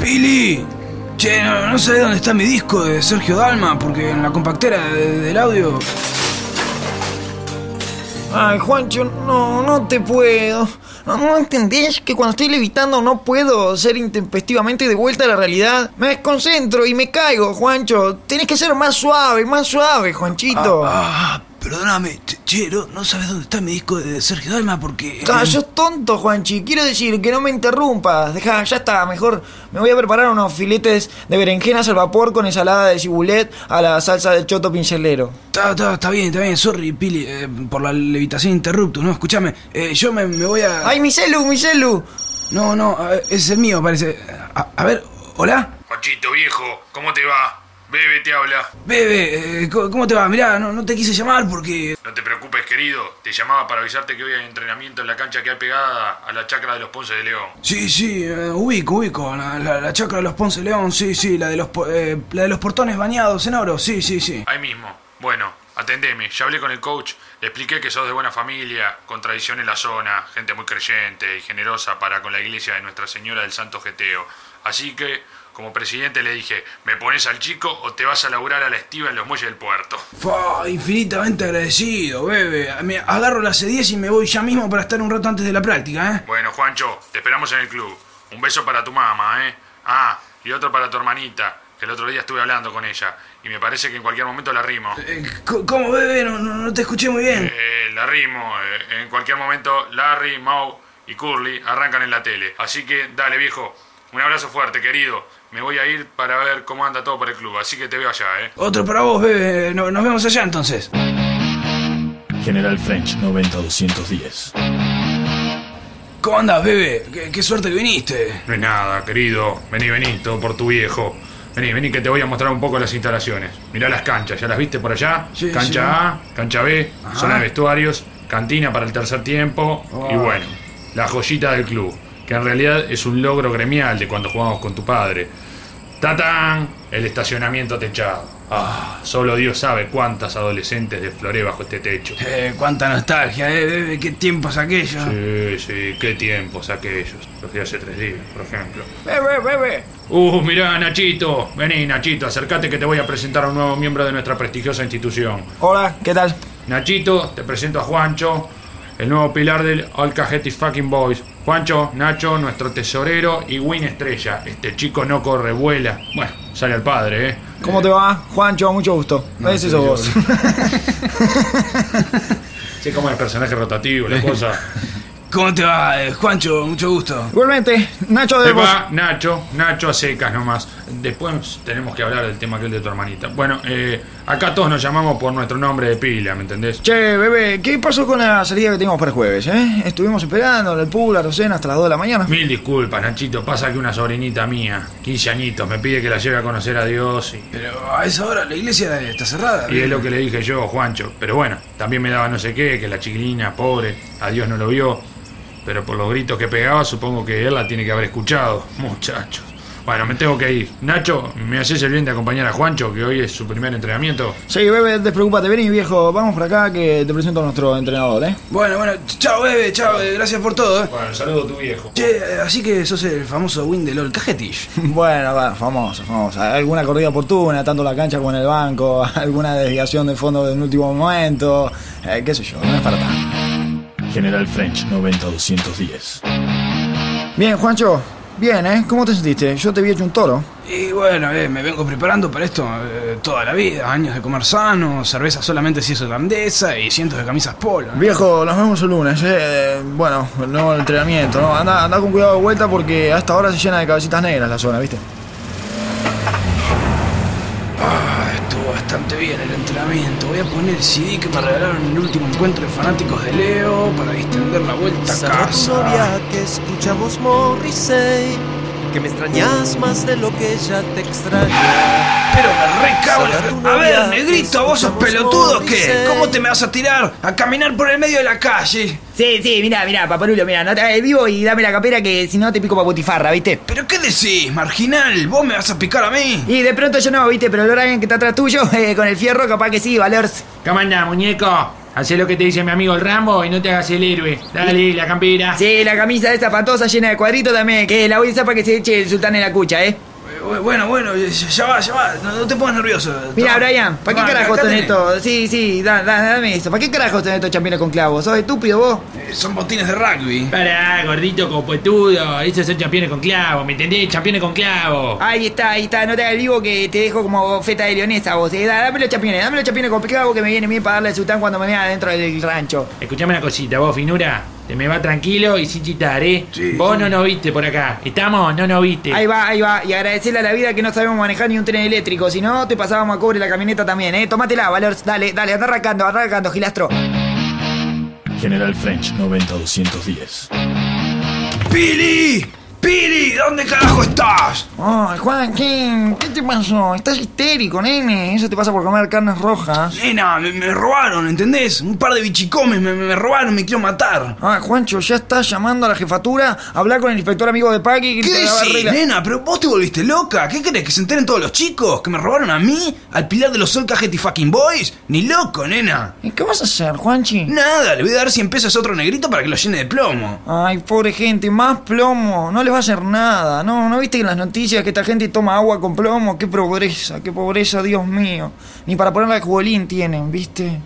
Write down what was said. Pili. Che, no, no sabés dónde está mi disco de Sergio Dalma, porque en la compactera de- del audio. Ay, Juancho, no, no te puedo. ¿No, no entendés que cuando estoy levitando no puedo ser intempestivamente de vuelta a la realidad? Me desconcentro y me caigo, Juancho. Tenés que ser más suave, más suave, Juanchito. Ah, ah, perdóname, Ch- che, no, no sabes dónde está mi disco de Sergio Dalma porque. eh, Ah, sos tonto, Juanchi. Quiero decir que no me interrumpas. Deja, ya está. Mejor me voy a preparar unos filetes de berenjenas al vapor con ensalada de cibulet a la salsa de choto pincelero. Está, está, está bien, está bien, sorry, Pili, eh, por la levitación interruptus, ¿no? Escúchame, eh, yo me, me voy a. ¡Ay, mi celu, mi celu! No, no, a ver, es el mío, parece. A, a ver, ¿hola? Juanchito, viejo, ¿cómo te va? Bebe te habla. Bebe, eh, co- ¿cómo te va? Mirá, no, no te quise llamar porque. No te preocupes, querido. Te llamaba para avisarte que hoy hay entrenamiento en la cancha que hay pegada a la chacra de los Ponce de León. Sí, sí, eh, ubico, ubico. La, la, la chacra de los Ponce León, sí, sí, la de los, po- eh, la de los portones bañados en oro, sí, sí, sí. Ahí mismo. Bueno, atendeme. Ya hablé con el coach. Le expliqué que sos de buena familia, con tradición en la zona, gente muy creyente y generosa para con la iglesia de Nuestra Señora del Santo Geteo. Así que, como presidente, le dije: ¿me pones al chico o te vas a laburar a la estiva en los muelles del puerto? Fua, infinitamente agradecido, bebe. Me agarro la C10 y me voy ya mismo para estar un rato antes de la práctica, ¿eh? Bueno, Juancho, te esperamos en el club. Un beso para tu mamá, ¿eh? Ah, y otro para tu hermanita, que el otro día estuve hablando con ella, y me parece que en cualquier momento la rimo. Eh, co- ¿Cómo, bebe? No, no, no te escuché muy bien. Eh, la rimo, eh, en cualquier momento Larry, Mau y Curly arrancan en la tele. Así que dale, viejo, un abrazo fuerte, querido. Me voy a ir para ver cómo anda todo por el club, así que te veo allá, ¿eh? Otro para vos, bebe. No- nos vemos allá entonces. General French 90210. ¿Cómo andás, bebe? Qué, qué suerte que viniste. No es nada, querido. Vení, vení, todo por tu viejo. Vení, vení, que te voy a mostrar un poco las instalaciones. Mirá las canchas, ¿ya las viste por allá? Sí, cancha A, cancha B, zona de vestuarios, cantina para el tercer tiempo. Y bueno, la joyita del club, que en realidad es un logro gremial de cuando jugamos con tu padre. ¡Tatán! El estacionamiento techado. Ah, solo Dios sabe cuántas adolescentes desfloré bajo este techo. Eh, cuánta nostalgia, eh, bebe. Qué tiempos aquellos. Sí, sí, qué tiempos aquellos. Los de hace tres días, por ejemplo. Bebe, bebe. Uh, mirá, Nachito. Vení, Nachito, acércate que te voy a presentar a un nuevo miembro de nuestra prestigiosa institución. Hola, ¿qué tal? Nachito, te presento a Juancho, el nuevo pilar del Alcajete Fucking Boys. Juancho, Nacho, nuestro tesorero y Win Estrella. Este chico no corre, vuela. Bueno, sale al padre, ¿eh? ¿Cómo te va? Juancho, mucho gusto. ¿Ves eso vos? Sí, como el personaje rotativo, la cosa. ¿Cómo te va, eh, Juancho? Mucho gusto. Igualmente, Nacho de vos. Epa, Nacho, Nacho a secas nomás. Después tenemos que hablar del tema aquel de tu hermanita. Bueno, eh, acá todos nos llamamos por nuestro nombre de pila, ¿me entendés? Che, bebé, ¿qué pasó con la salida que teníamos para el jueves, eh? Estuvimos esperando el pool, la Rosena hasta las 2 de la mañana. Mil disculpas, Nachito. Pasa que una sobrinita mía, 15 añitos, me pide que la lleve a conocer a Dios y, Pero a esa hora la iglesia está cerrada. y bebe. es lo que le dije yo, Juancho. Pero bueno, también me daba no sé qué, que la chiquilina, pobre, a Dios no lo vio. Pero por los gritos que pegaba, supongo que él la tiene que haber escuchado, muchachos. Bueno, me tengo que ir. Nacho, ¿me haces el bien de acompañar a Juancho, que hoy es su primer entrenamiento? Sí, bebé, despreocúpate, vení viejo, vamos por acá que te presento a nuestro entrenador, eh. Bueno, bueno, ch- chao, bebe, chao, eh, gracias por todo. eh. Bueno, saludo a tu viejo. Che, eh, así que sos el famoso Win del LOL Cajetich. Bueno, va, famoso, famoso. Alguna corrida oportuna, tanto en la cancha como en el banco, alguna desviación de fondo en último momento, eh, qué sé yo, no es para tanto. General French 90210. Bien, Juancho, bien, ¿eh? ¿Cómo te sentiste? Yo te vi hecho un toro. Y bueno, eh, me vengo preparando para esto eh, toda la vida. Años de comer sano, cerveza solamente si es holandesa y cientos de camisas polo. ¿no? Viejo, nos vemos el lunes, ¿eh? Bueno, el nuevo entrenamiento, ¿no? Anda, anda con cuidado de vuelta porque hasta ahora se llena de cabecitas negras la zona, ¿viste? Ah, estuvo bastante bien el entrenamiento. Voy a poner el CD que me regalaron en el último encuentro de fanáticos de Leo para distender la vuelta a Esa casa. historia que escuchamos Morrissey Que me extrañas más de lo que ya te extraña Pero me recago. Saca tu en- A ver, novia, negrito, vos sos escuchamos pelotudo, ¿qué? Morrissey. ¿Cómo te me vas a tirar a caminar por el medio de la calle? Sí, sí, mira, mira, paparulo, mira, no te hagas el vivo y dame la capera que si no te pico papotifarra, ¿viste? ¿Pero qué decís, marginal? ¿Vos me vas a picar a mí? Y de pronto yo no, ¿viste? Pero el Orion que está atrás tuyo, eh, con el fierro, capaz que sí, Valers. ¿Cómo anda, muñeco? Hacé lo que te dice mi amigo el Rambo y no te hagas el héroe. Dale, la campera. Sí, la camisa esa patosa llena de cuadritos también, que la voy a usar para que se eche el sultán en la cucha, ¿eh? Eh, Bueno, bueno, ya- ya va, ya va. No, no te pongas nervioso. Mira, Tomá. Brian, ¿para Tomá, qué acá- carajos acá tenés tenés. esto? Sí, sí, da- da- dame eso. ¿Para qué carajos tenés estos championes con clavos? ¿Sos estúpido vos? Eh, Son botines de rugby. Pará, gordito copetudo. Esos son championes con clavo, ¿me entendés? Championes con clavo. Ahí está, ahí está, no te hagas el vivo que te dejo como feta de leonesa vos. eh. Da- Dame los championes, dame los championes con clavos que me viene bien para darle al sultán cuando me vea dentro del rancho. Escuchame una cosita, vos, finura. Te me va tranquilo y sin chitar, ¿eh? Sí. Vos no nos viste por acá. ¿Estamos? No nos viste. Ahí va, ahí va. Y agradecerle a la vida que no sabemos manejar ni un tren eléctrico. Si no, te pasábamos a cobre la camioneta también, ¿eh? Tómatela, Valors. Dale, dale, anda arrancando, anda arrancando, Gilastro. General French 90210. ¡Pili! ¡Pili! ¿Dónde carajo estás? Oh, Juan, ¿qué, ¿qué te pasó? Estás histérico, nene. Eso te pasa por comer carnes rojas. Nena, me, me robaron, ¿entendés? Un par de bichicomes me, me- me robaron, me quiero matar. Ah, Juancho, ya estás llamando a la jefatura. Hablar con el inspector amigo de Paqui. que ¿Qué te la va a decís, arreglar. nena? ¿Pero vos te volviste loca? ¿Qué crees? ¿Que se enteren todos los chicos? ¿Que me robaron a mí? ¿Al Pilar de los Sol Cajeti Fucking Boys? Ni loco, nena. ¿Y qué vas a hacer, Juanchi? Nada, le voy a dar 100 pesos a otro negrito para que lo llene de plomo. Ay, pobre gente, más plomo, no les va a hacer nada. No, ¿no viste en las noticias que esta gente toma agua con plomo? Qué pobreza, qué pobreza, Dios mío. Ni para ponerla de jugolín tienen, ¿viste?